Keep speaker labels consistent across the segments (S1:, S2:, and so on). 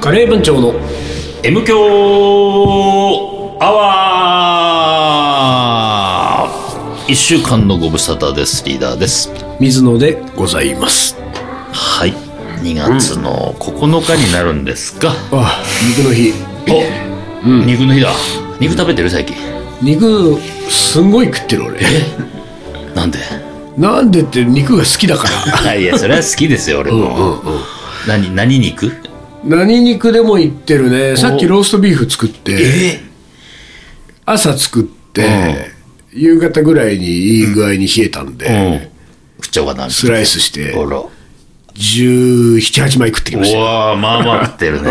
S1: カレー番長の
S2: M 強アワー一週間のご無沙汰ですリーダーです
S1: 水野でございます
S2: はい2月の9日になるんですが、
S1: あ肉の日
S2: お、肉の日だ肉食べてる最近
S1: 肉すんごい食ってる俺
S2: なんで
S1: なんでって肉が好きだか
S2: いやそれは好きですよ俺
S1: ら
S2: も、何何肉
S1: 何肉でもいってるねさっきローストビーフ作って朝作って夕方ぐらいにいい具合に冷えたんで
S2: うん食っちゃおうかな
S1: スライスして
S2: ほら
S1: 1718枚食ってきましたよ
S2: おおまあまあ食って るね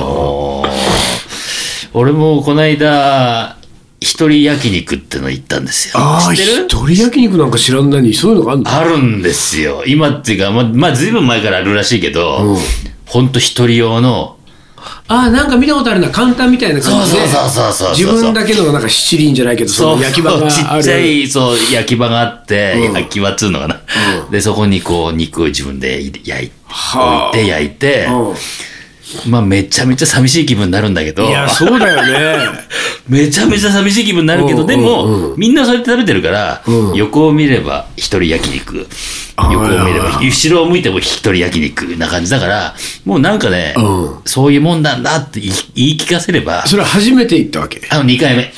S2: おー俺もこの間一人焼肉っての行ったんですよ
S1: ああ
S2: 知ってる
S1: 一人焼肉なんか知らんなにそういうのがあんの
S2: あるんですよ今っていうかままあ随分前からあるらしいけど、
S1: うん
S2: ほんと一人用の
S1: ああなんか見たことあるな簡単みたいな
S2: そう
S1: 感じ
S2: そう
S1: で
S2: そうそうそう
S1: 自分だけのなんか七輪じゃないけどそ
S2: そう
S1: の焼き場が
S2: ち
S1: あ
S2: っちゃ
S1: る
S2: いそう焼き場があって、
S1: うん
S2: 焼き場っつうのかな、でそこにこう肉を自分で入れ焼いて
S1: はあ
S2: 置いて焼いて、
S1: う
S2: まあめちゃめちゃ寂しい気分になるんだけど
S1: んいやそうだよね
S2: めちゃめちゃ寂しい気分になるけど、
S1: うん
S2: でも、
S1: うん
S2: みんなそうやって食べてるから、
S1: うん
S2: 横を見れば一人焼肉、
S1: あ
S2: 横を見れば、
S1: あ
S2: 後ろを向いても一人焼肉な感じだから、もうなんかね、
S1: うん
S2: そういうもんなんだって言い言い聞かせれば、
S1: それは初めて行ったわけ
S2: あの2回目。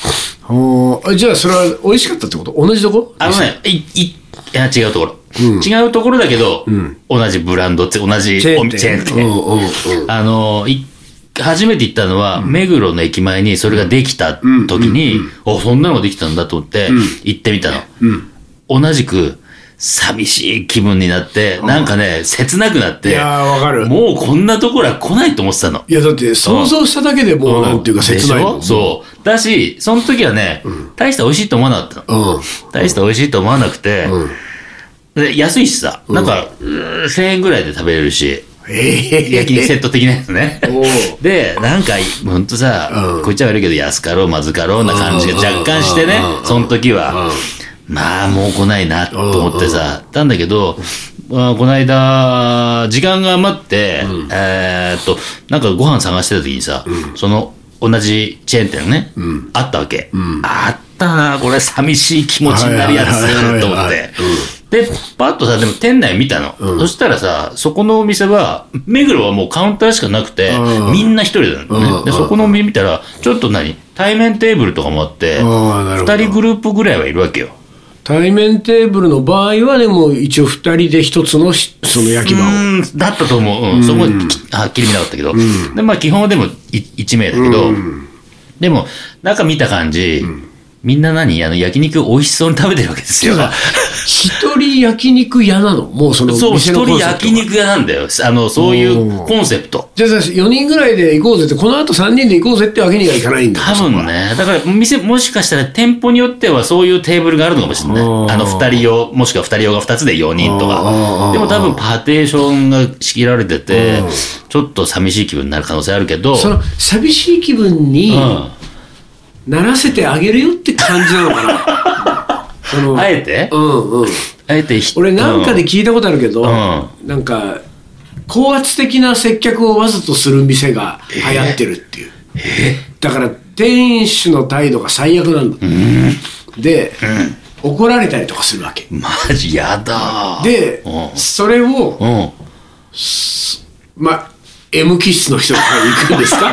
S1: おーじゃあそれは美味しかったってこと同じとこ
S2: あのね、い、い、いや違うところ。違うところだけど、同じブランドって、同じ
S1: チェー
S2: お
S1: ン
S2: 店
S1: 店
S2: チェーン店。
S1: うんうんうん
S2: あの、い初めて行ったのは、目黒の駅前にそれができた時に、お、そんなのができたんだと思って、行ってみたの。同じく、寂しい気分になって、なんかね、切なくなっ
S1: い
S2: て、
S1: やーわかる
S2: もうこんなところは来ないと思ってたの。
S1: いやだって想像しただけでもうなんていうか切ないも
S2: で
S1: ん
S2: しょそう。だし、その時はね、大した美味しいと思わなかったの。
S1: うん
S2: 大した美味しいと思わなくて、
S1: うん
S2: で安いしさ、なんか、うーん1000円ぐらいで食べれるし、
S1: ええ
S2: 焼肉セット的なやつね
S1: おう。
S2: で、なんか、ほんとさ、
S1: うん
S2: こっちは悪いけど安かろう、まずかろうな感じが若干してね
S1: うんうん、
S2: その時は。まあ、もう来ないな、と思ってさ、たんだけど、まあこの間、時間が余って、えーっと、なんかご飯探してた時にさ、その、同じチェーン店ね、あったわけ。あったな、これ寂しい気持ちになるや
S1: はいはいはいはいはい
S2: つ、と思って。で、パッとさ、でも店内見たの。そしたらさ、そこのお店は、目黒はもうカウンターしかなくて
S1: う、ん
S2: みんな一人だったの
S1: う
S2: ね。
S1: ん
S2: で、そこのお店見たら、ちょっと何対面テーブルとかもあって、
S1: ああなるほど
S2: 二人グループぐらいはいるわけよ。
S1: 対面テーブルの場合はでも一応二人で一つのしその焼き
S2: う
S1: 場を
S2: ーん、だったと思う。うん、そこはきはっきり見なかったけど。で、まあ基本はでも1名だけど、でも、中見た感じ、みんな何あの、焼肉美味しそうに食べてるわけですよ。
S1: 一人焼肉屋なのもうその
S2: そう、
S1: 店
S2: 一
S1: のコン
S2: 人
S1: セプトが
S2: 焼肉屋なんだよ。あの、そういう
S1: おー
S2: コンセプト。
S1: じゃあさ4人ぐらいで行こうぜってこの後3人で行こうぜってわけにはいかないんだ
S2: 多分ね。だから、店、もしかしたら店舗によってはそういうテーブルがあるのかもしれない。
S1: あー
S2: あの、二人用、もしくは二人用が二つで四人と
S1: あ
S2: か。
S1: ー
S2: でも多分パーテーションが仕切られてて、ちょっと寂しい気分になる可能性あるけど、
S1: その寂しい気分に
S2: うん。
S1: ならせてあげるよって感じなのかな その
S2: あえて
S1: うんうん
S2: あえてひ
S1: 俺なんかで聞いたことあるけど、
S2: うん
S1: なんか高圧的な接客をわざとする店が流行ってるっていう、だから店主の態度が最悪なんだって、で、怒られたりとかするわけ
S2: マジやだ
S1: で、
S2: うん
S1: それを
S2: うん
S1: まあ M 気質の人から行くんですか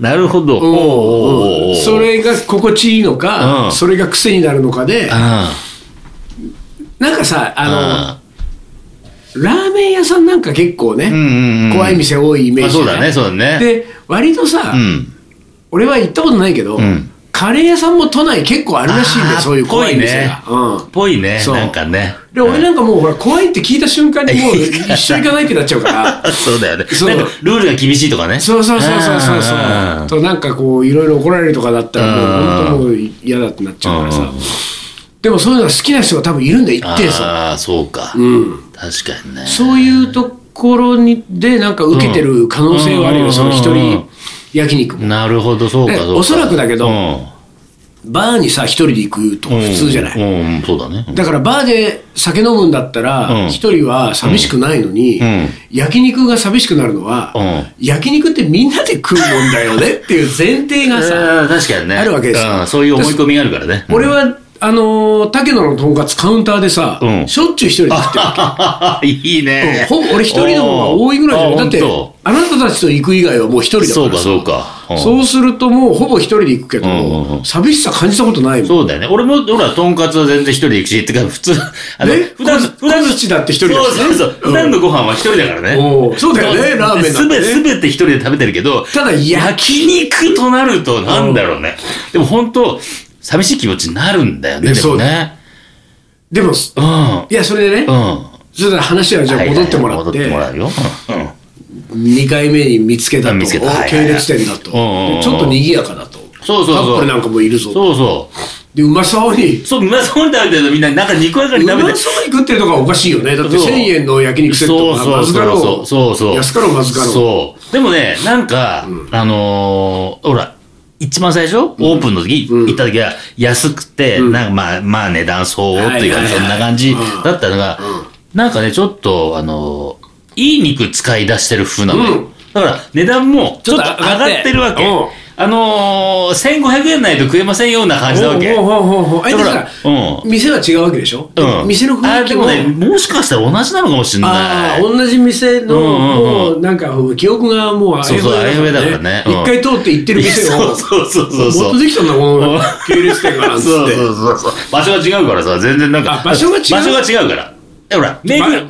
S2: なるほ どおうおうおうおう
S1: それが心地いいのか、
S2: うん
S1: それが癖になるのかで
S2: あ
S1: なんかさ
S2: あ
S1: あのラーメン屋さんなんか結構ね、
S2: うんうんうん
S1: 怖い店多いイメー
S2: あ
S1: ジ
S2: そ
S1: じゃな
S2: う
S1: い
S2: だねそうだね
S1: で割とさ、
S2: うん
S1: 俺は行ったことないけど、
S2: ん
S1: カレー屋さんも都内結構あるらしいんだ
S2: あ
S1: よ
S2: ー
S1: そういう怖い店が、
S2: ぽいね
S1: うん、
S2: ぽいね
S1: そう
S2: なんかね
S1: で俺なんかもうほら怖いって聞いた瞬間にもう一緒行かないってなっちゃうから
S2: あ そうだよね
S1: そう
S2: なんかルールが厳しいとかね
S1: そうそうそうそうそう
S2: あ
S1: そう
S2: ー
S1: となんかこういろいろ怒られるとかだったらもう本当もう嫌だってなっちゃうから
S2: うん
S1: さでもそういうのが好きな人が多分いるんだよ一定数
S2: あーそうか
S1: うん
S2: 確かにね
S1: そういうところにでなんか受けてる可能性はあるよ、
S2: うん
S1: その一
S2: うんうんう
S1: 人
S2: ん
S1: 焼肉も
S2: なるほどそうか
S1: ね
S2: そうか
S1: おそらくだけど
S2: うん
S1: バーにさ、一人で行くと普通じゃない。
S2: うん、うんそうだね。
S1: だからバーで酒飲むんだった
S2: う
S1: ら、
S2: ん
S1: 一人は寂しくないのに、
S2: ん
S1: 焼肉が寂しくなるのは、
S2: う
S1: 焼肉ってみんなで食うもんだよねっていう前提がさ、
S2: うん確かにね。
S1: あるわけですよ
S2: うんそういう思い込みがあるからね。
S1: 俺は、あのー、竹野のとんかつカウンターでさ、
S2: うん
S1: しょっちゅう一人で食っ てるわけ。
S2: はいいね。
S1: ほ俺一人の方が多いぐらいじゃな
S2: おー
S1: いだって
S2: あ本
S1: あなたたちと行く以外はもう一人
S2: 当
S1: だ
S2: そう
S1: か
S2: か
S1: さ
S2: らそうか。うん
S1: そうするともうほぼ一人で行くけど、
S2: うんうんうん
S1: 寂しさ感じたことないもん
S2: そうだよね。俺も、ほら、とんかつは全然一人で行くし、ってか、普通、あの、
S1: ね
S2: 普段の、
S1: 小小槌だって一人だしね
S2: そうそうそう。
S1: うん
S2: 普段のご飯は一人だから
S1: お
S2: ね。
S1: うそうだよねラーメンだっ
S2: す
S1: て
S2: べ、
S1: ね
S2: すべて一人で食べてるけど、
S1: ただ焼
S2: 焼肉となると、なんだろうね。でも本当、寂しい気持ちになるんだよね、
S1: ね
S2: でもね。
S1: でも
S2: うん。
S1: いやそれでね、
S2: うん。
S1: それで話はじゃあ戻ってもらっ
S2: はいはい戻って
S1: て
S2: もらうよ。うんうん。
S1: 2回目に見つけたと
S2: 見つけた
S1: お
S2: はいはいはい
S1: 系列店だと、
S2: うんうんうん
S1: でちょっと賑やかだと
S2: そうそうそう
S1: カップルなんかもいるぞ
S2: そうそう。
S1: でうまそうに
S2: そう、うまそうに食べてるのみんな、なんか肉上が
S1: う
S2: り食べて
S1: まそうに食ってるとかおかしいよねだって1000
S2: そう
S1: 円の焼肉セットがまずかろう
S2: そうそうそうそうそう
S1: 安かろうまずかろう
S2: そう。でもね、なんか、あのーほら、一番最初、オープンの時、行った時は、安くて、なんかまあ、まあ値段相応っていうか、
S1: はいはいはい
S2: そんな感じだったのが、なんかね、ちょっと、あのーいい肉使い出してる風なのよ、
S1: うん
S2: だから、値段も、ちょっと
S1: ちょ
S2: 上
S1: っと上がって
S2: がってるわけ。
S1: うん
S2: あのー、1500円ないと食えませんような感じなわけ。
S1: ほうほうほうほうえだ
S2: だ
S1: か
S2: から
S1: ら、
S2: うん
S1: 店は違うわけでしょ、で
S2: うん、
S1: 店の雰
S2: あ
S1: 囲
S2: ー
S1: 気
S2: で
S1: も
S2: もね、もしかしたら同じなのかもしれな
S1: ああ。
S2: い
S1: 同じ店の、
S2: うんうんうん
S1: もうなんか記憶がもうあ
S2: そうそうあやふやだからねうん
S1: 一回通って行ってる店を
S2: そうそうそうそうそう
S1: もっとできたんだこ
S2: うん
S1: の系列店がなんつって
S2: そうそうそうそう。場所が違うからさ、全然なんか。
S1: あ場所が違う
S2: 場所が違うから。え、ほら、目
S1: ま
S2: 黒。
S1: え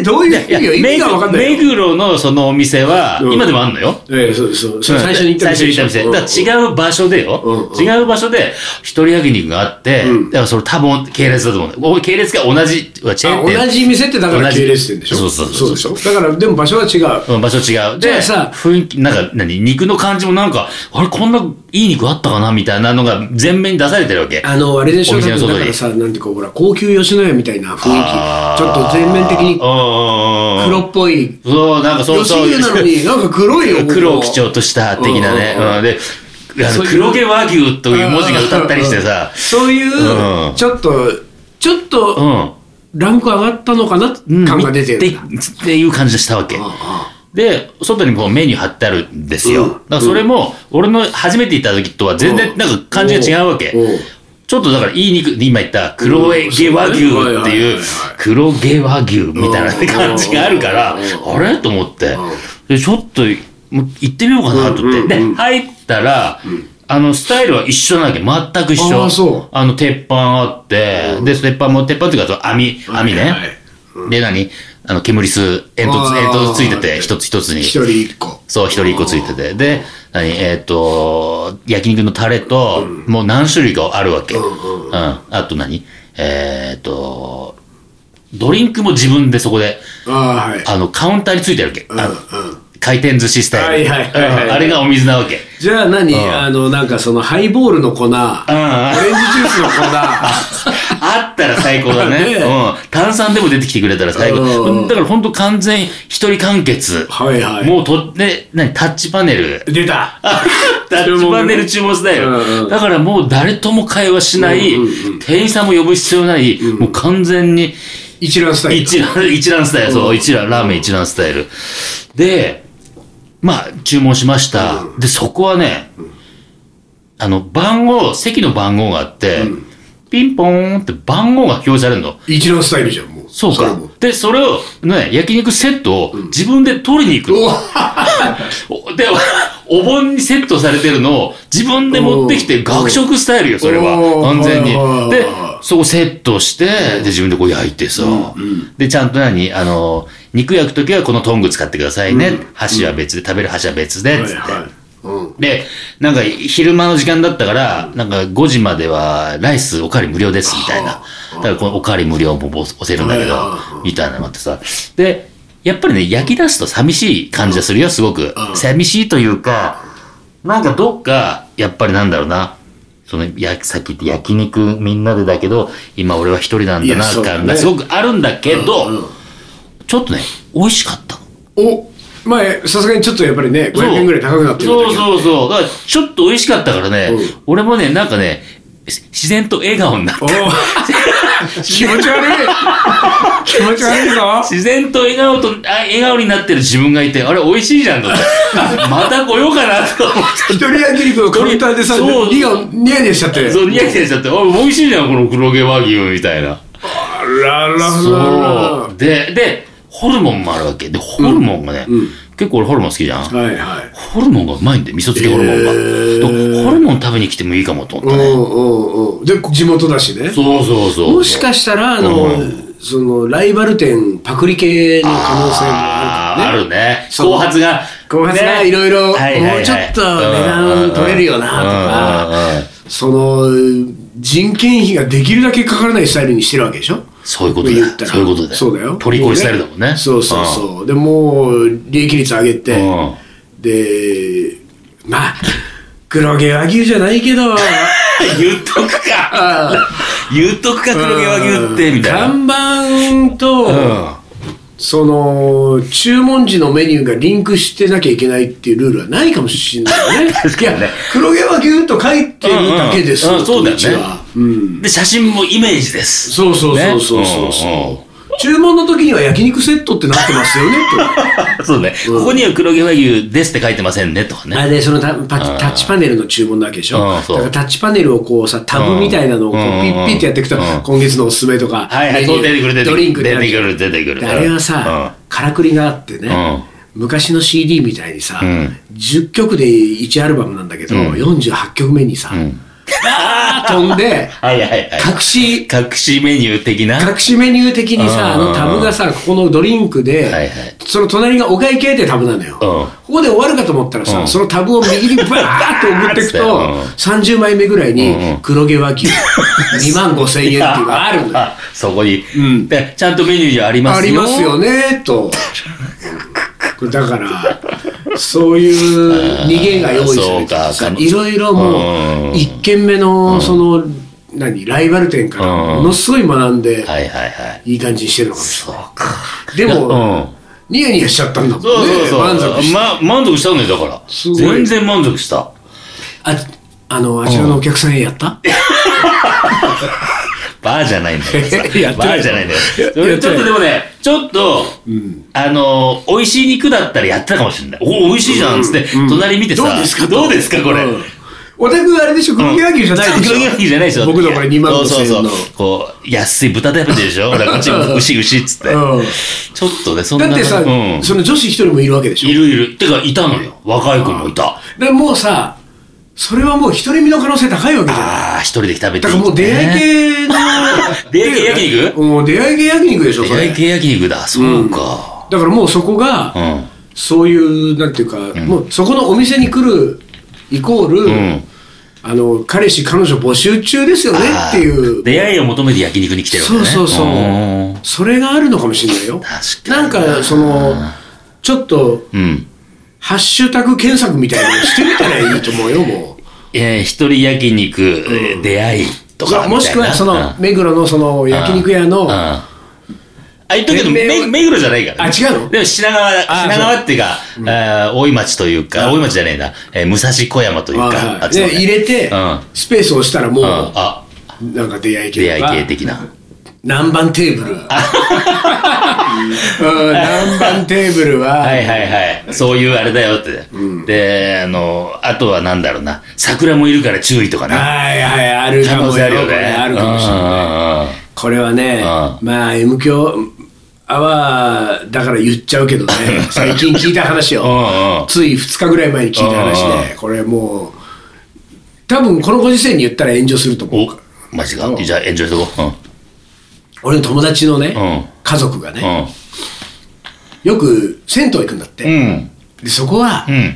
S1: ーどういう
S2: いや
S1: 意味が意味が分かんない
S2: 目
S1: よ
S2: 黒のそのお店は
S1: う、ん
S2: 今でもあんのよ。
S1: えーそうそうそれ最初に行った
S2: 最初に行った
S1: うん
S2: 店。だから違う場所でよ。
S1: うん
S2: 違う場所で、一人焼肉があって、
S1: うん
S2: だからそれ多分系列だと思うんだよ。お系列が同じ、チェーン
S1: あ
S2: 店。
S1: 同じ店ってだから系列店でしょ
S2: そうそうそう
S1: そうでしょだからでも場所は違う
S2: うん場所違う。
S1: じゃ
S2: で、
S1: あさ
S2: 雰囲気、なんか、何肉の感じもなんか、あれ、こんないい肉あったかなみたいなのが全面に出されてるわけ。
S1: あのあれでし
S2: お
S1: ょ
S2: 店
S1: だ
S2: の
S1: か
S2: 外に
S1: らさなんていうかほら高級吉野家みたいな雰囲気
S2: あー
S1: ちょっと全面的に
S2: うんうんうんう
S1: 黒
S2: ん
S1: っぽい
S2: そう、なんかそう
S1: 吉
S2: そう。
S1: 牛なのになんか黒いよ
S2: 黒を基調とした的なね。
S1: うんうんうん
S2: うんで、あ
S1: そ
S2: の
S1: ういう
S2: 黒毛和牛という文字が歌ったりしてさ、
S1: そういううんちょっとちょっ
S2: う
S1: と
S2: ん。
S1: ランク上がったのかな
S2: うん
S1: 感が出てるんだ
S2: ってっていう感じがしたわけ。
S1: ああ
S2: で、外にこうメニュー貼ってあるんですよ。
S1: うん
S2: だからそれも、俺の初めて行った時とは全
S1: う
S2: 然
S1: ん
S2: なんか感じが違うわけ
S1: おうおう。
S2: ちょっとだからいい肉、今言った黒毛和牛って
S1: うんそうだねはいはいはい
S2: い
S1: は
S2: う
S1: い、
S2: 黒毛和牛みたいな感じがあるから、
S1: うん
S2: あれと思って
S1: うん、
S2: でちょっともう行ってみようかなと思って。
S1: うん
S2: で
S1: うんうん、
S2: 入ったら、あの、スタイルは一緒なわけ。全く一緒。
S1: ああそう
S2: あの、鉄板あって、で、鉄板も、鉄板っていうか、その網、網ね。
S1: はいはい
S2: で、何あの、煙吸う、煙
S1: あー
S2: 突、煙突ついてて、一つ一つに。
S1: 一人一個
S2: そう、一人一個ついてて。で、何えっ、と、焼肉のタレと、もう何種類かあるわけ。うん
S1: うん
S2: あと何えっ、と、ドリンクも自分でそこで、
S1: ああはい
S2: あの、カウンターについてるわけ。あの
S1: うんうん
S2: 回転寿司スタイル。
S1: はいはいはいはい
S2: うんあれがお水なわ け。
S1: じゃあ何
S2: ん
S1: あのなんかそのハイボールの粉オレ
S2: うん。
S1: ン
S2: あ
S1: ジジュースの 粉
S2: ったら最高だね。
S1: ね
S2: うん。炭酸でも出てきてくれたら最
S1: う
S2: 高。
S1: ん
S2: だから本当完全一人完結。
S1: はいはい
S2: もうと、ね、何タッチパネル。
S1: 出た
S2: タッチパネル注文だよ、
S1: うんうん
S2: だからもう誰とも会話しない、
S1: うんうんうん
S2: 店員さんも呼ぶ必要ない、もう完全に
S1: 一覧スタイル
S2: 一覧、一覧スタイル、そう、一覧、ラーメン一覧スタイル。で、まあ、注文しました。で、そこはね、あの、番号、席の番号があって、ピンポーンって番号が表示されるの。
S1: 一覧スタイルじゃんもう
S2: そう
S1: れ
S2: か
S1: も。
S2: で、それを、ね、焼肉セットを自分で取りに行くの。
S1: うわ
S2: お で、お盆にセットされてるのを自分で持ってき
S1: う
S2: て
S1: ん
S2: 学食スタイルよ、それは
S1: う。ん
S2: 完全に
S1: はいはいは。い
S2: で、そこセットして、で、自分でこう焼いてさ。で、ちゃんと何あの、肉焼くときはこのトング使ってくださいね。箸は別で、食べる箸は別で、
S1: は
S2: つ
S1: い
S2: って。
S1: はいうん
S2: で、なんか昼間の時間だったから、なんか5時まではライスおかわり無料ですみたいな。だからこのおかわり無料も押せるんだけど
S1: は、
S2: みたいなのがあってさ。で、やっぱりね、焼き出すと寂しい感じがするよ、すごく。
S1: うん
S2: 寂しいというか、なんかどっか、やっぱりなんだろうな。そのやさっき言って焼肉みんなでだけど今俺は一人なんだ
S1: いや
S2: な
S1: そうだね
S2: 感がすごくあるんだけど、
S1: うん
S2: ちょっとね美味しかったの
S1: おまあさすがにちょっとやっぱりね500円ぐらい高くなってるんだ
S2: そ
S1: けど
S2: うそうそう。だから、ちょっと美味しかったからね、
S1: うん
S2: 俺もね、なんかね、自然と笑顔になった
S1: お。ー 気持ち悪い気持ち悪いぞ
S2: 自然と笑顔と、あ笑顔になってる自分がいて、あれ美味しいじゃ んと思って。あまた来ようかなと思って。
S1: 一人焼肉のカウンターでさ、
S2: そう
S1: ニがニヤニヤしちゃって。
S2: そう、ニヤニヤしちゃって、あ、美味しいじゃん、この黒毛和牛みたいな。
S1: あららら
S2: そう。で、で、ホルモンもあるわけ。で、ホルモンがね、
S1: うん
S2: 結構俺ホルモン好きじゃん。
S1: はいはい。
S2: ホルモンがうまいんだよ、味噌漬けホルモンが。
S1: へー
S2: でホルモン食べに来てもいいかもと思
S1: う
S2: った
S1: ん
S2: ね。
S1: うんうん。で、地元だしね。
S2: そうそうそう。
S1: もしかしたら、あの、その、ライバル店パクリ系の可能性もある
S2: あーあ
S1: からね。
S2: るね。
S1: そう
S2: 後発が。
S1: 後発が
S2: ね
S1: いろいろ、もう
S2: はいはいはい
S1: ちょっと値段取れるよな、と
S2: うんうんうんうん
S1: か、その、人件費ができるだけかからないスタイルにしてるわけでしょ
S2: そういうこと
S1: 言った
S2: だ。
S1: ら
S2: そういうことだよ。
S1: そうだよ。
S2: 取り越しスタイルだもんね。
S1: そうそうそう。で、もう、利益率上げて、
S2: うん
S1: で、まあ、黒毛和牛じゃないけど、
S2: うん。言っとくか。 言っとくか、 黒毛和牛って、みたいな。
S1: うん看板と、
S2: うん。
S1: その、注文時のメニューがリンクしてなきゃいけないっていうルールはないかもしれない よね。いや、黒毛和牛と書いてるだけです。
S2: うんうんうんそうだよね
S1: こっちはうん。
S2: で、写真もイメージです。
S1: そうそうそうそうそうそう。注文の時には焼肉セットってなってますよね、と。
S2: そうね。ここには黒毛和牛ですって書いてませんね、とか
S1: あ
S2: ね。
S1: れでそのタパタッチパネルの注文なわけでしょ
S2: うん
S1: だ
S2: そう
S1: からタッチパネルをこうさタブみたいなのをこう
S2: う
S1: ピ
S2: ん
S1: ッピッてやっていくと
S2: うん
S1: 今月のおすすめとか
S2: はいは
S1: メ
S2: い、
S1: ニュー
S2: そう出てくる、出てくる。
S1: ドリンクって
S2: 出
S1: なる
S2: て
S1: じゃ
S2: く
S1: ん
S2: る、出てくる。
S1: であれはさからくりがあってね昔の CD みたいにさ
S2: ん
S1: 10曲で1アルバムなんだけど48曲目にさバーッ 飛んで
S2: うん、はいはいはい。
S1: 隠し
S2: 隠しメニュー的な。
S1: 隠しメニュー的にさ、あ
S2: うん
S1: のタブがさ、ここのドリンクで、
S2: はいはい
S1: その隣がお会計ってタブなのよ。ここで終わるかと思ったらさ、
S2: うん
S1: そのタブを右にバーッと送ってい くと、
S2: うん
S1: 30枚目ぐらいに
S2: うん
S1: 黒毛和牛2万5千円っていうのがあるのよ。
S2: あ そこに、
S1: ん
S2: でちゃんとメニューにあります
S1: あ
S2: よ
S1: りますよね、と。これだから、そういう逃げが用意されて
S2: あー
S1: て
S2: そう
S1: さ
S2: か、
S1: いろいろも
S2: う
S1: う、
S2: ん
S1: 一軒目の、その、何、ライバル店からものすごい学んで、
S2: はいはいはい
S1: いい感じにしてるのかもしれない。
S2: そ
S1: で
S2: うかうん
S1: も、ニヤニヤしちゃったんだもんね。
S2: そうそうそう、
S1: 満足して。
S2: ま、満足したんだよだから
S1: すごい
S2: 全然満足した
S1: あ、あの、あちらのお客さんへやった
S2: バーじゃないんだから さ
S1: やってない
S2: バーじゃないんだよ
S1: やって
S2: そ
S1: ない
S2: れちょっとでもねちょっと、あのー美味しい肉だったらやってたかもしれないお美味しいじゃんっつって、隣見てさ、
S1: どうですかと
S2: どうですかこれ、
S1: うんお宅あれでしょ黒毛和牛じゃないでしょ
S2: 黒毛和牛じゃないでしょ
S1: 僕のこれ2万5千円の
S2: そうそうそうこう安い豚食べてるでしょほらこっちも牛牛っつって、
S1: うん
S2: ちょっとねそんな
S1: だってさ
S2: うん、
S1: その女子一人もいるわけでし
S2: い
S1: ょ
S2: るいる。てか、いたのよ。若い子もいた。
S1: でもうさ、それはもう独り身の可能性高いわけじゃない
S2: ああ、一人で食べ
S1: だ
S2: ていい
S1: からもう出会い系 の、
S2: 出会い系焼肉
S1: もう出会い系焼肉でしょ、そ
S2: 出会
S1: れ。
S2: い系焼肉だ。そうか。
S1: だからもうそこが
S2: う、ん。
S1: そういう、なんていうか、もうそこのお店に来るイコール、
S2: ん
S1: あの、彼氏、彼女募集中ですよねっていう。
S2: 出会いを求めて焼肉に来てるわけ
S1: そ
S2: ね。
S1: うそうそう
S2: ーん。
S1: それがあるのかもしれないよ。
S2: 確かに
S1: なんか、その、ちょっと、
S2: うん。
S1: ハッシュタグ検索みたいなのしてみたらいいと思うよ、もう。
S2: えー、一人焼肉、えー出会いと
S1: そ
S2: か。
S1: うもしくは、そ
S2: みたいな
S1: の、目黒のその、焼肉屋の、
S2: うん
S1: あ
S2: あ、言っとくけど、
S1: めめ
S2: め目黒じゃないから、
S1: あ違うの
S2: でも品川、品川っていうか、あー大井町というか、大井町じゃねえな、えー武蔵小山というか、あ
S1: は
S2: っ
S1: い
S2: ちの
S1: で
S2: ね
S1: 入れて
S2: うん、
S1: スペースを押したらも
S2: うん
S1: う、
S2: あ、
S1: なんか出会い
S2: 出
S1: 系
S2: 会
S1: とか
S2: い系的な。
S1: 何番テーブル。うん何番テーブル は、
S2: はいはいはい。そういうあれだよって。で、あの、あとはなんだろうな。桜もいるから注意とかな。
S1: はいはい、ある
S2: 可
S1: か
S2: 能
S1: も
S2: 性
S1: よ
S2: あるよ
S1: こ
S2: ね。
S1: れあるかもしれない。
S2: ない。
S1: これはね、
S2: う
S1: まあ、M 響アワーだから言っちゃうけど ね、最近聞いた話
S2: うん
S1: よ。
S2: うん。
S1: つい2日ぐらい前に聞いた話
S2: う
S1: で、これもう、多分このご時世に言ったら炎上すると思うから。
S2: お、マジか。じゃあ、エンジョイしとこ
S1: 俺の友達のね、
S2: うん
S1: 家族が
S2: う。う
S1: ね、よく銭湯行くんだって。
S2: ん。うん。
S1: でそこは、
S2: うん。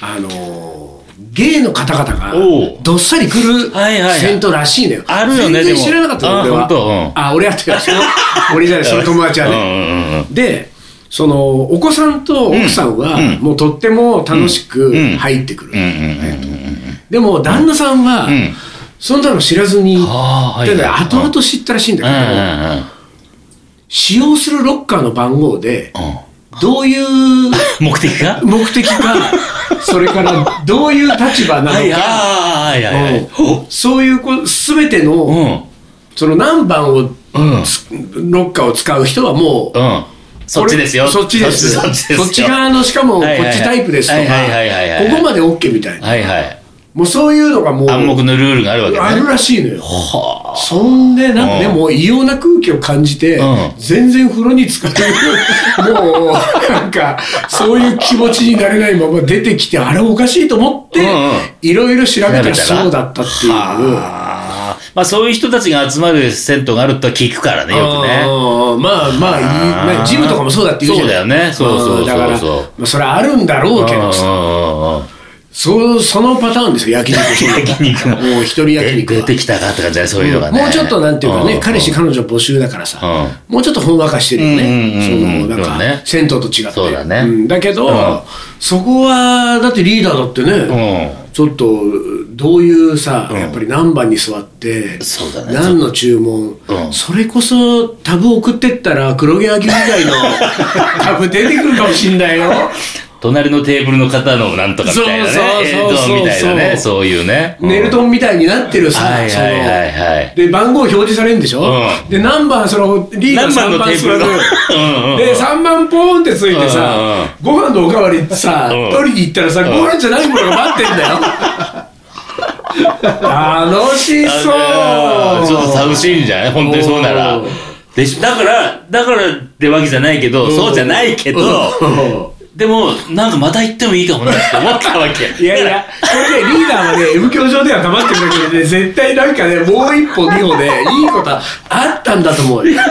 S1: あのーゲイの方々が
S2: おう
S1: どっさり来る
S2: はいはいはい
S1: 銭湯らしいのよ。
S2: あるよね
S1: 全
S2: でも
S1: 然知らなかったの
S2: あ
S1: 俺は。
S2: 本当うん
S1: あ、俺やってる。その俺じゃない、その友達はね。
S2: うんうんうん。
S1: でそのお子さんと奥さんは、
S2: うんうん
S1: もうとっても楽しく
S2: うん
S1: 入ってくる、
S2: うんうんうん。
S1: でも旦那さんは、
S2: ん
S1: そんなの知らずに、
S2: あーはい
S1: ただ
S2: はい
S1: 後々知ったらしいんだけど、
S2: う
S1: 使用するロッカーの番号で
S2: んうんうん。
S1: どういう
S2: 目的か
S1: 目的 か、それからどういう立場な
S2: はい
S1: の
S2: は
S1: か、
S2: いはいはいはい。
S1: うんそういうこすべて
S2: う
S1: の、
S2: ん。
S1: その何番を、
S2: うん。
S1: つロッカーを使う人はもう、
S2: うん。そっちですよ。
S1: そっちです。
S2: そっちですよ
S1: そっち側の、しかも、こ
S2: はい
S1: っ
S2: はいはい
S1: ちタイプですとか、
S2: はいはいはいはいはい
S1: ここまで OK みたいな。
S2: はいはい。
S1: もうそういうのがもう、
S2: 暗黙のルールがあるわけ
S1: ある
S2: ね。
S1: らしいのよ。
S2: は
S1: そんで、なんかね、
S2: うん
S1: もう異様な空気を感じて、
S2: うん
S1: 全然風呂に浸かってる、 もう、なんか、そういう気持ちになれないまま出てきて、あれおかしいと思って
S2: うんうん、
S1: いろいろ調べた
S2: 調べ
S1: ら
S2: たら
S1: そうだったっていう。
S2: あ。まあそういう人たちが集まる銭湯があるとは聞くからね、よくね。
S1: あーまあまあいい
S2: あー
S1: まあ、ジムとかもそうだって言うじゃん
S2: そうだよねそうそうそうそう
S1: だから、まあ、それはあるんだろうけどさ、
S2: う
S1: そうそのパターンですよ、焼肉
S2: 焼肉
S1: もう一人焼
S2: ん。で
S1: 肉
S2: 出
S1: は
S2: てきたかって感じだね、そういうのがね。
S1: もうちょっとなんていうかね、
S2: ん
S1: 彼氏、彼女募集だからさ、もうちょっとほんわかしてるよ
S2: うんうんうん
S1: ね、その
S2: そう
S1: なん
S2: ね
S1: か、銭湯と違って。
S2: そうだね
S1: んだけど
S2: うん、
S1: そこは、だってリーダーだって
S2: う
S1: ね、
S2: ん。
S1: ちょっと、どういうさ、やっぱり何番に座って
S2: そうだ、ね
S1: 何の注文
S2: う、ん
S1: それこそタブ送ってったら、黒毛和牛以外 のタブ出てくるかもしんないよ。
S2: 隣のテーブルの方のなんとかみたいなね。
S1: そうそうそうそう
S2: 映像みたいなね。そういうね。
S1: ネルトンみたいになってるさ、
S2: はいはいはいはい
S1: そので、番号表示されるんでしょ、
S2: う
S1: で、何番、その、リーダー
S2: 何番
S1: 3
S2: の
S1: 番
S2: テーブ
S1: 座
S2: ル
S1: る
S2: の。うんうん
S1: で、3番ポーンってついてさ、ご飯のおかわりさ、
S2: うん
S1: 取りに行ったらさ、ご飯じゃないものが待ってんだ よ。楽しそう
S2: あのーちょっと寂しいんじゃない本当にそうなら
S1: うん。
S2: でしだから、だからってわけじゃないけど、そうじゃないけど、でも、なんかまた行ってもいいかもなって思ったわけ。
S1: いやいや、これね、リーダーはね、M 教上では黙ってるだけでね、絶対なんかね、もう一歩二歩で、いいことあったんだと思うよ。
S2: いや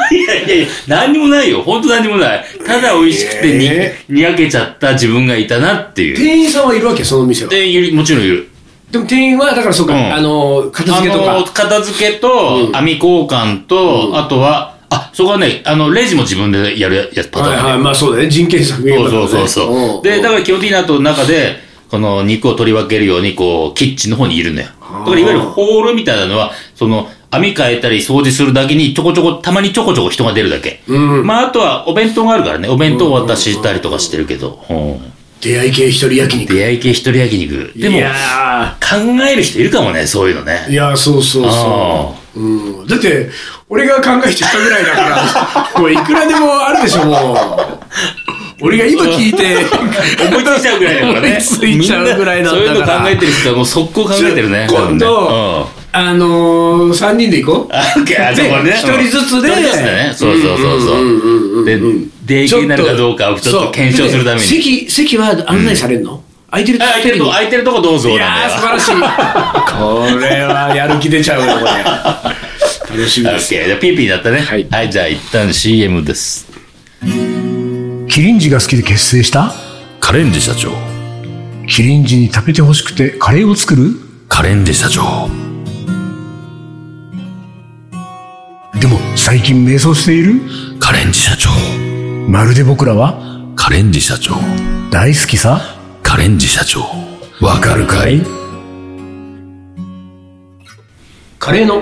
S2: いやいや、何にもないよ。本当何にもない。ただ美味しくてに、
S1: え
S2: にやけちゃった自分がいたなっていう。
S1: 店員さんはいるわけ、その店は。
S2: で、ゆりもちろんいる。
S1: でも店員は、だからそうか、
S2: うん
S1: あの、片付けと
S2: あ
S1: か
S2: の、。片付けと、網交換と、あとは、あ、そこはね、あの、レジも自分でやるやつパター
S1: は
S2: ンね
S1: いはい、まあそうだね。人件費削減
S2: そう
S1: だから
S2: そう
S1: ね
S2: そうそ
S1: ん
S2: う。で、だから基本的にあと中で、この肉を取り分けるように、こう、キッチンの方にいるんだよ。だからいわゆるホールみたいなのは、その、網変えたり掃除するだけに、ちょこちょこ、たまにちょこちょこ人が出るだけ。
S1: うん。
S2: まあ、あとはお弁当があるからね、お弁当を渡したりとかしてるけど、うん
S1: 出会い系一人焼肉。
S2: 出会い系一人焼肉。でも
S1: い、や
S2: 考える人いるかもね、そういうの
S1: ーい
S2: ね。
S1: やー、そうそう
S2: あ
S1: そう。うん、だって、俺が考えてたぐらいだ から、もういくらでもあるでしょ、もう。俺が今聞いて、
S2: 思いついちゃうぐらいだからね。
S1: 思いついちゃうぐらいなんだから
S2: みんなそういうの考えてる人はもう速 攻考えてるね。
S1: 今度
S2: 多分ね、
S1: あのー、3人で行こう。
S2: あ、オッケー、あそこね。
S1: で一人ずつで
S2: 一人ずつでね。そうそうそうそう
S1: うんうんうんうんう
S2: う。
S1: ん
S2: で、出
S1: ちょっと
S2: 撃になるかどうかをちょっと検証するため
S1: そう
S2: に。
S1: で席、席は案内されるの、空いてる
S2: あ空いてるとこ、空いてるとこどうぞ
S1: い
S2: な
S1: やー、
S2: ん
S1: 素
S2: だ
S1: 晴
S2: よ。
S1: らしい。これはやる気出ちゃうよ、これ。楽しみ
S2: オ
S1: で
S2: ッ
S1: す。
S2: ケー、じゃあピーピーだったね。
S1: はい
S2: はい、じゃあ一旦 CM です。
S1: キリンジが好きで結成した
S2: カレンジ社長。
S1: キリンジに食べてほしくてカレーを作る
S2: カレンジ社長。
S1: でも最近迷走している
S2: カレンジ社長。
S1: まるで僕らは
S2: カレンジ社長。
S1: 大好きさ
S2: カレンジ社長。わかるかい
S1: カレーの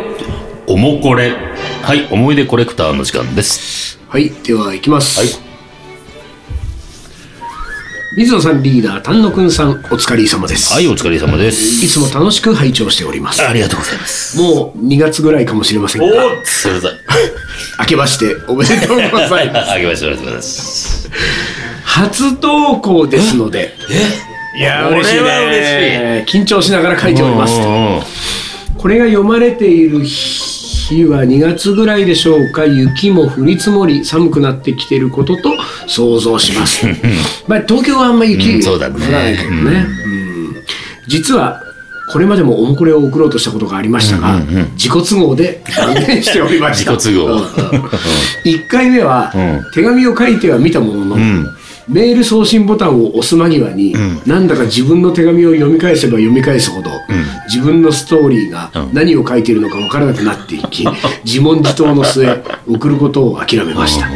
S2: おもこれ。はい、思い出コレクターの時間です。
S1: はい、では行きます。
S2: はい
S1: 水野さんリーダー、丹野くんさん、お疲れ様です。
S2: はい、お疲れ様です。
S1: いつも楽しく拝聴しております。
S2: ありがとうございます。
S1: もう2月ぐらいかもしれません
S2: お
S1: が、
S2: ーそれだ。
S1: 明けましておめでとうございます。
S2: あげましょう、ありがとうございます。
S1: 初投稿ですので、いや
S2: これは
S1: しい緊張しながら書いておりますこれが読まれている日は2月ぐらいでしょうか雪も降り積もり寒くなってきていることと想像します まあ東京はあんま雪
S2: うん
S1: 降
S2: そう
S1: ら
S2: だね
S1: ないけどね,、うん実はこれまでもおもこれを送ろうとしたことがありましたが、自己都合で断念しておりました
S2: 自己都合
S1: 1回目は、
S2: う
S1: 手紙を書いては見たものの、
S2: ん
S1: メール送信ボタンを押す間際に、なんだか自分の手紙を読み返せば読み返すほど、自分のストーリーが
S2: うん
S1: 何を書いているのか分からなくなってい き自問自答の末送ることを諦めました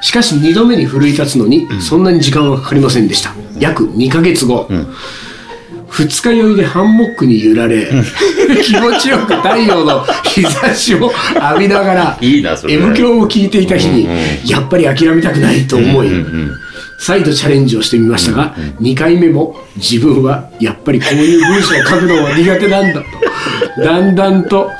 S1: しかし2度目に奮い立つのに、そんなに時間はかかりませんでした約2ヶ月後、二日酔いでハンモックに揺られ、 気持ちよく太陽の日差しを浴びながら、
S2: いいなそれ
S1: M 響を聞いていた日に、
S2: うんうん
S1: やっぱり諦めたくないと思い、再度チャレンジをしてみましたが、2回目も自分はやっぱりこういう文章を書くのは苦手なんだ と、だんだんと、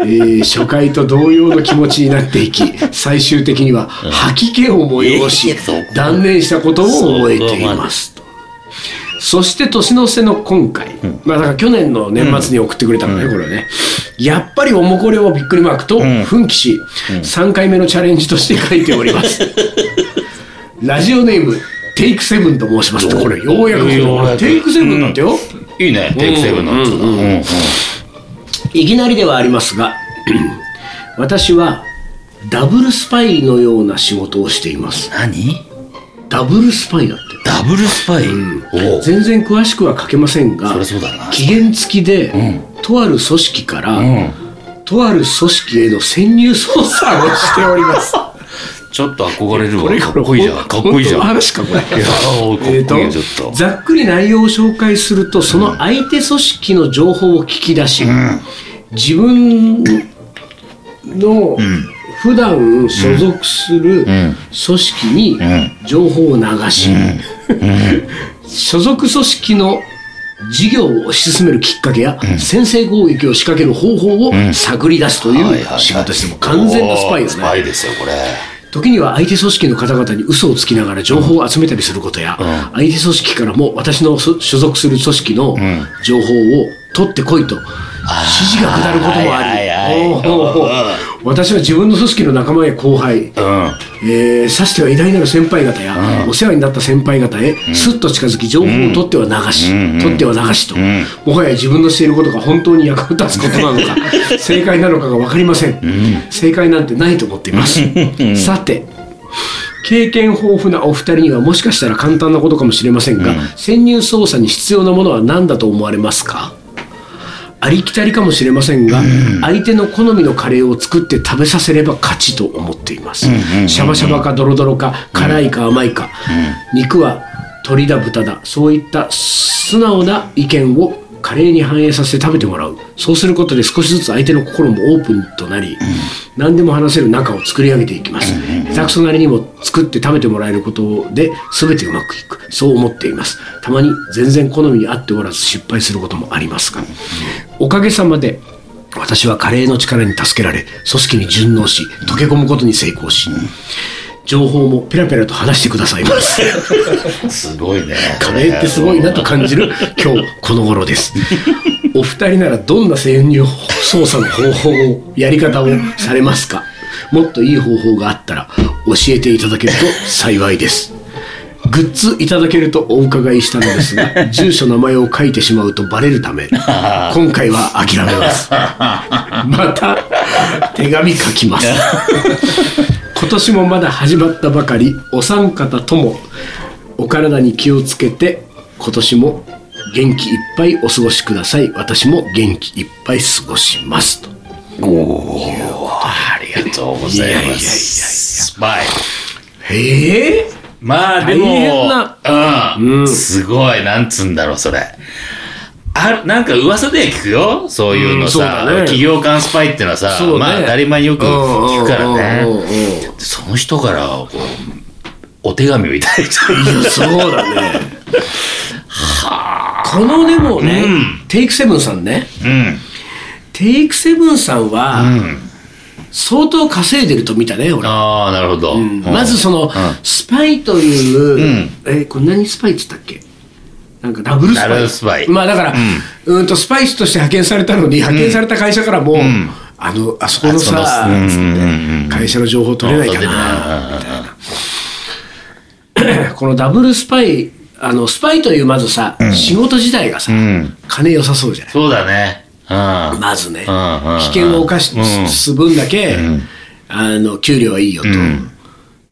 S1: えー初回と同様の気持ちになっていき、最終的には吐き気を催
S2: い
S1: し
S2: やそう、
S1: 断念したことを覚えています。とそして年の瀬の今回、まあだから去年の年末に送ってくれたのね、これはね。やっぱりおもこれをびっくりマークと奮起し、3回目のチャレンジとして書いております。ラジオネーム、テイクセブンと申しますと、これ、ようやく
S2: ようやく
S1: テイクセブンだってよ。
S2: いいね、テイクセブンのやつだ。うんうん
S1: いきなりではありますが、 私はダブルスパイのような仕事をしています。
S2: 何
S1: ダブルスパイだって。
S2: ダブルスパイおう
S1: 全然詳しくは書けませんが
S2: そりゃそうだな
S1: 期限付きで、とある組織から、
S2: うん
S1: とある組織への潜入捜査をしております。
S2: ちょっと憧れるわ。
S1: これ
S2: かっこいいじゃん。かっこいいじゃ
S1: 本当
S2: ん。
S1: の話かこれ
S2: いやー
S1: え
S2: かっこいいよ、ちょっ
S1: ー
S2: と
S1: と。ざっくり内容を紹介するとその相手組織の情報を聞き出し、自分の普段所属する組織に情報を流し、 所属組織の事業を推し進めるきっかけや、先制攻撃を仕掛ける方法を探り出すと
S2: はいはいいは
S1: う
S2: い
S1: 仕事です、もう完全なスパイです
S2: ス
S1: ね。
S2: パイですよ、これ。
S1: 時には相手組織の方々に嘘をつきながら情報を集めたりすることや、相手組織からも私の所所属する組織の情報を取ってこいと指示が下ることもあ
S2: はいはい
S1: りおうおうおう私は自分の組織の仲間や後輩、
S2: うん。
S1: えー、さしては偉大なる先輩方や、お世話になった先輩方へすっと近づき情報を取っては流し、取っては流しと、もはや自分のしていることが本当に役立つことなのか 正解なのかが分かりません、正解なんてないと思っていますさて経験豊富なお二人にはもしかしたら簡単なことかもしれませんが、潜入捜査に必要なものは何だと思われますかありきたりかもしれませんが、相手の好みのカレーを作って食べさせれば勝ちと思っています、シャバシャバかドロドロか辛いか甘いか、肉は鶏だ豚だそういった素直な意見をカレーに反映させて食べてもらうそうすることで少しずつ相手の心もオープンとなり、何でも話せる仲を作り上げていきます、下手くそなりにも作って食べてもらえることで全てうまくいくそう思っていますたまに全然好みに合っておらず失敗することもありますが、おかげさまで私はカレーの力に助けられ組織に順応し溶け込むことに成功し、情報もペラペラと話してくださいます
S2: すごいね。
S1: カレーってすごいなと感じる今日この頃ですお二人ならどんな潜入捜査の方法をやり方をされますかもっといい方法があったら教えていただけると幸いですグッズいただけるとお伺いしたのですが住所名前を書いてしまうとバレるため今回は諦めますまた手紙書きます今年もまだ始まったばかりお三方ともお体に気をつけて今年も元気いっぱいお過ごしください私も元気いっぱい過ごしますと
S2: おおありがとうございます。
S1: いやいやいやいや
S2: スパイ。
S1: へえ
S2: まあ
S1: 大
S2: で
S1: 変
S2: も、うん、すごい、なんつうんだろう、それ。あなんか噂で聞くよそういう
S1: う
S2: の
S1: んそう
S2: さ、
S1: だね
S2: 企業間スパイってのはさ、
S1: そうね
S2: まあ当たり前によく聞くからね。
S1: ね
S2: その人からこうお手紙をいただい た
S1: いや、そうだね。このでもね、テイクセブンさんね、
S2: うん
S1: テイクセブンさんは、相当稼いでると見たね、俺。
S2: ああなるほど、うん
S1: まずその、スパイという、えこれ何スパイって言ったっけなんかダブルスパイ。
S2: ダブルスパイ
S1: まあだから、うーんとスパイスとして派遣されたのに、派遣された会社からも、あの、あそこのさ、
S2: あそこの
S1: つって
S2: うんうんうん
S1: 会社の情報取れないかな、みたいな。 このダブルスパイ、あの、スパイというまずさ、仕事自体がさ、
S2: ん
S1: 金良さそうじゃない
S2: そうだねうん
S1: まずね、
S2: うんうん
S1: 危険を犯し、
S2: うん
S1: す分だけ、あの、給料はいいよと。
S2: ん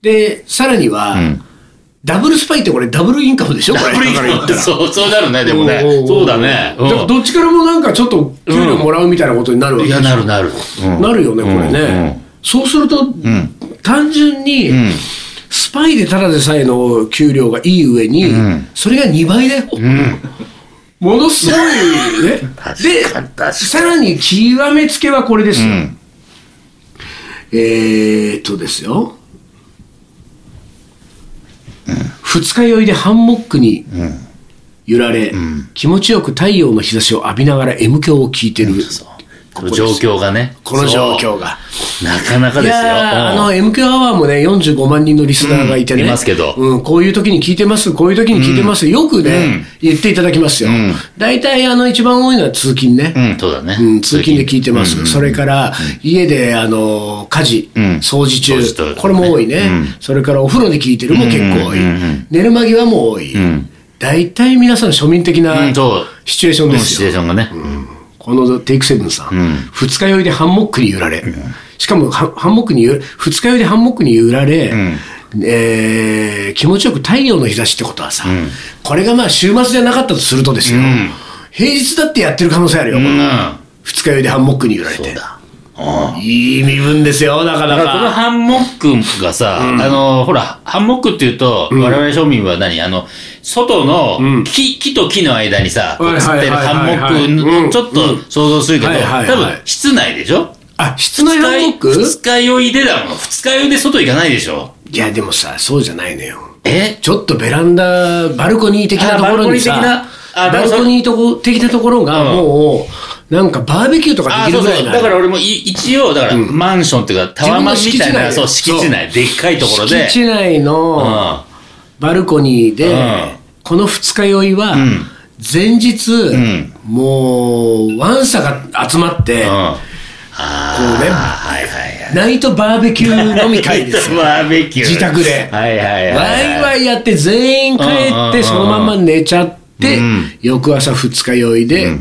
S1: で、さらには、ダブルスパイってこれダブルインカムでしょこれ。だから言ったら
S2: そうそうなるねでもね
S1: おおお
S2: そうだね、
S1: だから
S2: う
S1: どっちからもなんかちょっと給料もらうみたいなことになるわ
S2: ん、
S1: け
S2: い
S1: でしょ
S2: やなるなる、うん
S1: なるよね、これね。
S2: うんうん
S1: そうすると、単純に、スパイでただでさえの給料がいい上に、それが2倍だよ。ものすごいね
S2: 確かに確か
S1: で
S2: に
S1: さらに極めつけはこれですよ、
S2: ん
S1: えー、っとですよ、二日酔いでハンモックに揺られ、気持ちよく太陽の日差しを浴びながら M 響を聞いてる、
S2: この状況がね。
S1: この状況が。
S2: そう。なかなか
S1: い
S2: ですよ。
S1: やーあ
S2: うん
S1: の、MQ アワーもね、45万人のリスナーがいてね。
S2: うんいますけど
S1: うん、こういう時に聞いてます、こういう時に聞いてます、よくね、言っていただきますよ。大体、あの、一番多いのは通勤ね。
S2: うん、そうだね。
S1: うん、通勤で聞いてます。それから、家で、あの、家事、
S2: ん
S1: 掃除中
S2: 掃除とかね
S1: これも多いね、それからお風呂で聞いてるも結構多い。
S2: うんうんうんうん
S1: 寝る間際も多い。大体皆さん庶民的
S2: う
S1: なん
S2: そう
S1: シチュエーション
S2: う
S1: で
S2: んシ
S1: す
S2: チュエ
S1: よ
S2: ー。ションがね。
S1: このテイクセブンさん、二日酔いでハンモックに揺られ、しかもハハンモックに揺二日酔いでハンモックに揺られ、えー気持ちよく太陽の日差しってことはさ、これがまあ週末じゃなかったとするとですよ、
S2: ん
S1: 平日だってやってる可能性あるよ、
S2: うん。
S1: 二日酔いでハンモックに揺られ
S2: そ
S1: て
S2: う。だ。うん
S1: いい身分ですよ、なかな
S2: だからこの
S1: か。
S2: ハンモックがさ、あの、ほら、ハンモックっていうと、我々庶民は何あの、外の木、木と木の間にさ、こう吊ってる
S1: はい
S2: ハ
S1: はいはいはい
S2: ンモ
S1: う
S2: ッ
S1: ん
S2: ク、ちょっと想像するけど、
S1: はいはいはい
S2: 多分、室内でしょ
S1: あ、室内ハンモック
S2: 二日酔いでだもん。二日酔いで外行かないでしょ
S1: いや、でもさ、そうじゃないのよ。
S2: え
S1: ちょっとベランダ、バルコニー的なところにさ、
S2: あ
S1: バ
S2: バ
S1: ル
S2: ル
S1: コ
S2: コ
S1: ニーとこ的なところが、
S2: うん
S1: もう、なんかバーベキューとか
S2: あ
S1: で
S2: ー
S1: きる
S2: そう
S1: ぐら
S2: そ。
S1: いうな。
S2: だから俺もい一応、だから、マンションっていうか、タワマンみたい
S1: 自
S2: な、
S1: 分
S2: そう、
S1: の
S2: 敷
S1: 敷
S2: 地
S1: 地
S2: 内、
S1: 内
S2: でっかいところで
S1: 敷。地内の
S2: う
S1: バルコニーで、
S2: うん
S1: この二日酔いは、
S2: ん
S1: 前日、
S2: ん
S1: もう、ワンサが集まって、
S2: ん。うん。ああ。
S1: こうね
S2: はいはいはい。
S1: ナイトバーベキュー飲み会ですよ。
S2: バーベキュー。
S1: 自宅で
S2: はいはいはい。
S1: ワイワイやって全員帰
S2: うんう
S1: っ
S2: んうんう
S1: て
S2: ん
S1: そのまま寝ちゃって、
S2: うん
S1: 翌朝二日酔いで、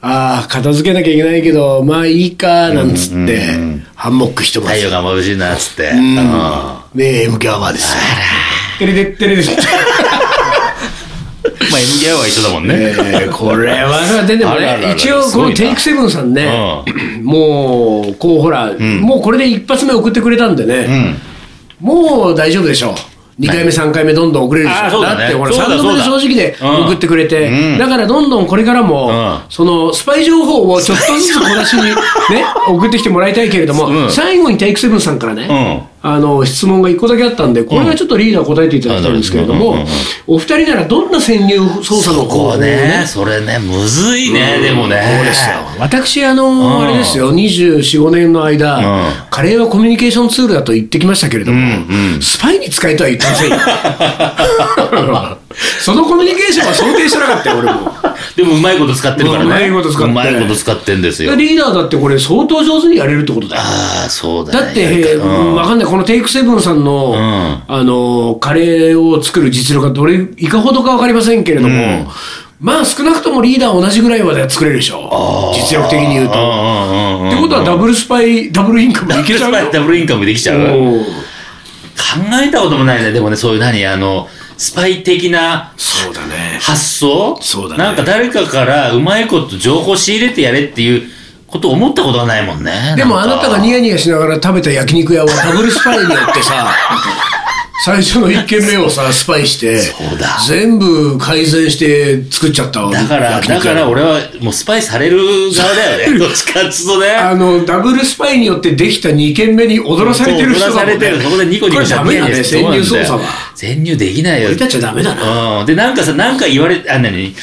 S1: ああ片付けなきゃいけないけどまあいいかなんつって、ハンモック一
S2: 太
S1: 晩
S2: 陽が眩しいな、つって。うん。まあ
S1: うんで MK アワーですよテレデッテレデッ
S2: MDI は一緒だもんね。
S1: えーこれはでも
S2: あ らら
S1: ね
S2: ら
S1: 一応
S2: す
S1: こ
S2: ごい
S1: の
S2: な
S1: テイクセブンさんね、もうこうほら、もうこれで一発目送ってくれたんで
S2: う
S1: ね、
S2: ん。
S1: もう大丈夫でしょう2回目3回目どんどん送れるでしょ
S2: あーそうだね
S1: ってほら
S2: そう
S1: 3
S2: だ
S1: 度目で
S2: そう
S1: 正
S2: だ
S1: 直で
S2: うん
S1: 送ってくれて、
S2: うん
S1: だからどんどんこれからも、
S2: うん
S1: そのスパイ情報をちょっとずつ小出し に、ね、送ってきてもらいたいけれども、
S2: うん
S1: 最後にテイクセブンさんからね、
S2: うん
S1: あの質問が1個だけあったんでこれはちょっとリーダー答えていただきたいんですけれども、
S2: うんうんうんうん
S1: お二人ならどんな潜入捜査の
S2: そ
S1: 方法
S2: こ
S1: を
S2: ね、それね、むずいね、でもね。
S1: そうですよ。私、あの、
S2: う
S1: あ
S2: ん
S1: れですよ、24、5年の間、
S2: うん
S1: カレーはコミュニケーションツールだと言ってきましたけれども、
S2: うんうん
S1: スパイに使えとは言ってませんよ。 そのコミュニケーションは想定してなかったよ、俺も。
S2: でもうまいこと使ってるからね。
S1: うまいこと使って
S2: うまいこと使ってんですよ。
S1: リーダーだってこれ相当上手にやれるってことだよ。
S2: ああ、そうだね。
S1: だって、
S2: う
S1: うん
S2: ん
S1: わかんない、このテイクセブンさんの、
S2: ん
S1: あの、カレーを作る実力がどれ、いかほどかわかりませんけれども、
S2: うん
S1: まあ少なくともリーダー同じぐらいまでは作れるでしょ。実力的に言うと。
S2: うんうんうんうん
S1: ってことはダブルスパイ、ダブルインカムいけちゃうよ。
S2: ダブルインカムできちゃう
S1: おー
S2: 考えたこともないね。でもね、そういう何、あの、スパイ的な
S1: そうだね。
S2: 発想
S1: そうだね
S2: なんか誰かからうまいこと情報仕入れてやれっていうこと思ったことがないもんね。
S1: でもあ
S2: んか
S1: なたがニヤニヤしながら食べた焼肉屋はダブルスパイによってさ、最初の一軒目をさ、スパイして
S2: そうだ、
S1: 全部改善して作っちゃったわ
S2: だから、
S1: 焼肉
S2: だ
S1: 屋
S2: から俺はもうスパイされる側だよね。どっちかっつうとね。
S1: あの、ダブルスパイによってできた2軒目に踊らされてる人だもんね
S2: 踊らされてる。そこでニコニコしちゃ
S1: これダメだね、潜入捜査は。
S2: 潜入できないよ。
S1: 俺たちはダメだ
S2: な。うん。で、なんかさ、なんか言われ、あ、なに、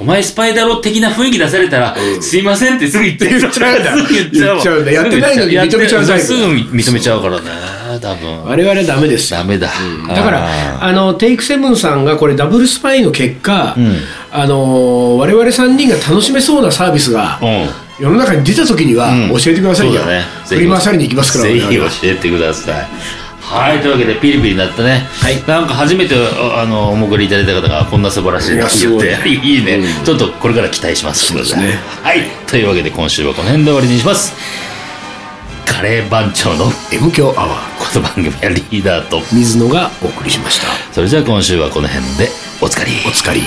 S2: お前スパイだろ的な雰囲気出されたら、すいませんってすぐ言って
S1: 言っちゃうんだ
S2: すぐ言っちゃうも
S1: 言っ
S2: ん。
S1: ちゃうんだやってないのに認めちゃうタイプ
S2: すぐ認めちゃうからね。多分。
S1: 我々はダメですよ
S2: ダメだ。
S1: だか
S2: あ
S1: ら、あの、テイクセブンさんがこれダブルスパイの結果、あの、我々3人が楽しめそうなサービスが、
S2: ー、うん。
S1: 世の中に出た時には
S2: うん
S1: 教えてください
S2: そう
S1: よ。
S2: だね。
S1: 振り回されに行きますから、
S2: ぜひ
S1: 我々
S2: 教
S1: は
S2: えてください。はい、というわけで、ピリピリになったね。はい。なんか初めて、ああの、お潜りいただいた方が、こんな素晴らしい
S1: いや
S2: って
S1: す
S2: 言
S1: ご
S2: っ
S1: い
S2: て、いいね、ちょっとこれから期待します。
S1: そうですね
S2: はい。というわけで、今週はこの辺で終わりにします。カレー番長のこ
S1: M 強アワー、
S2: の番組はリーダーと、
S1: 水野がお送りしました。
S2: それじゃあ今週はこの辺で、おつかり。
S1: お疲れ。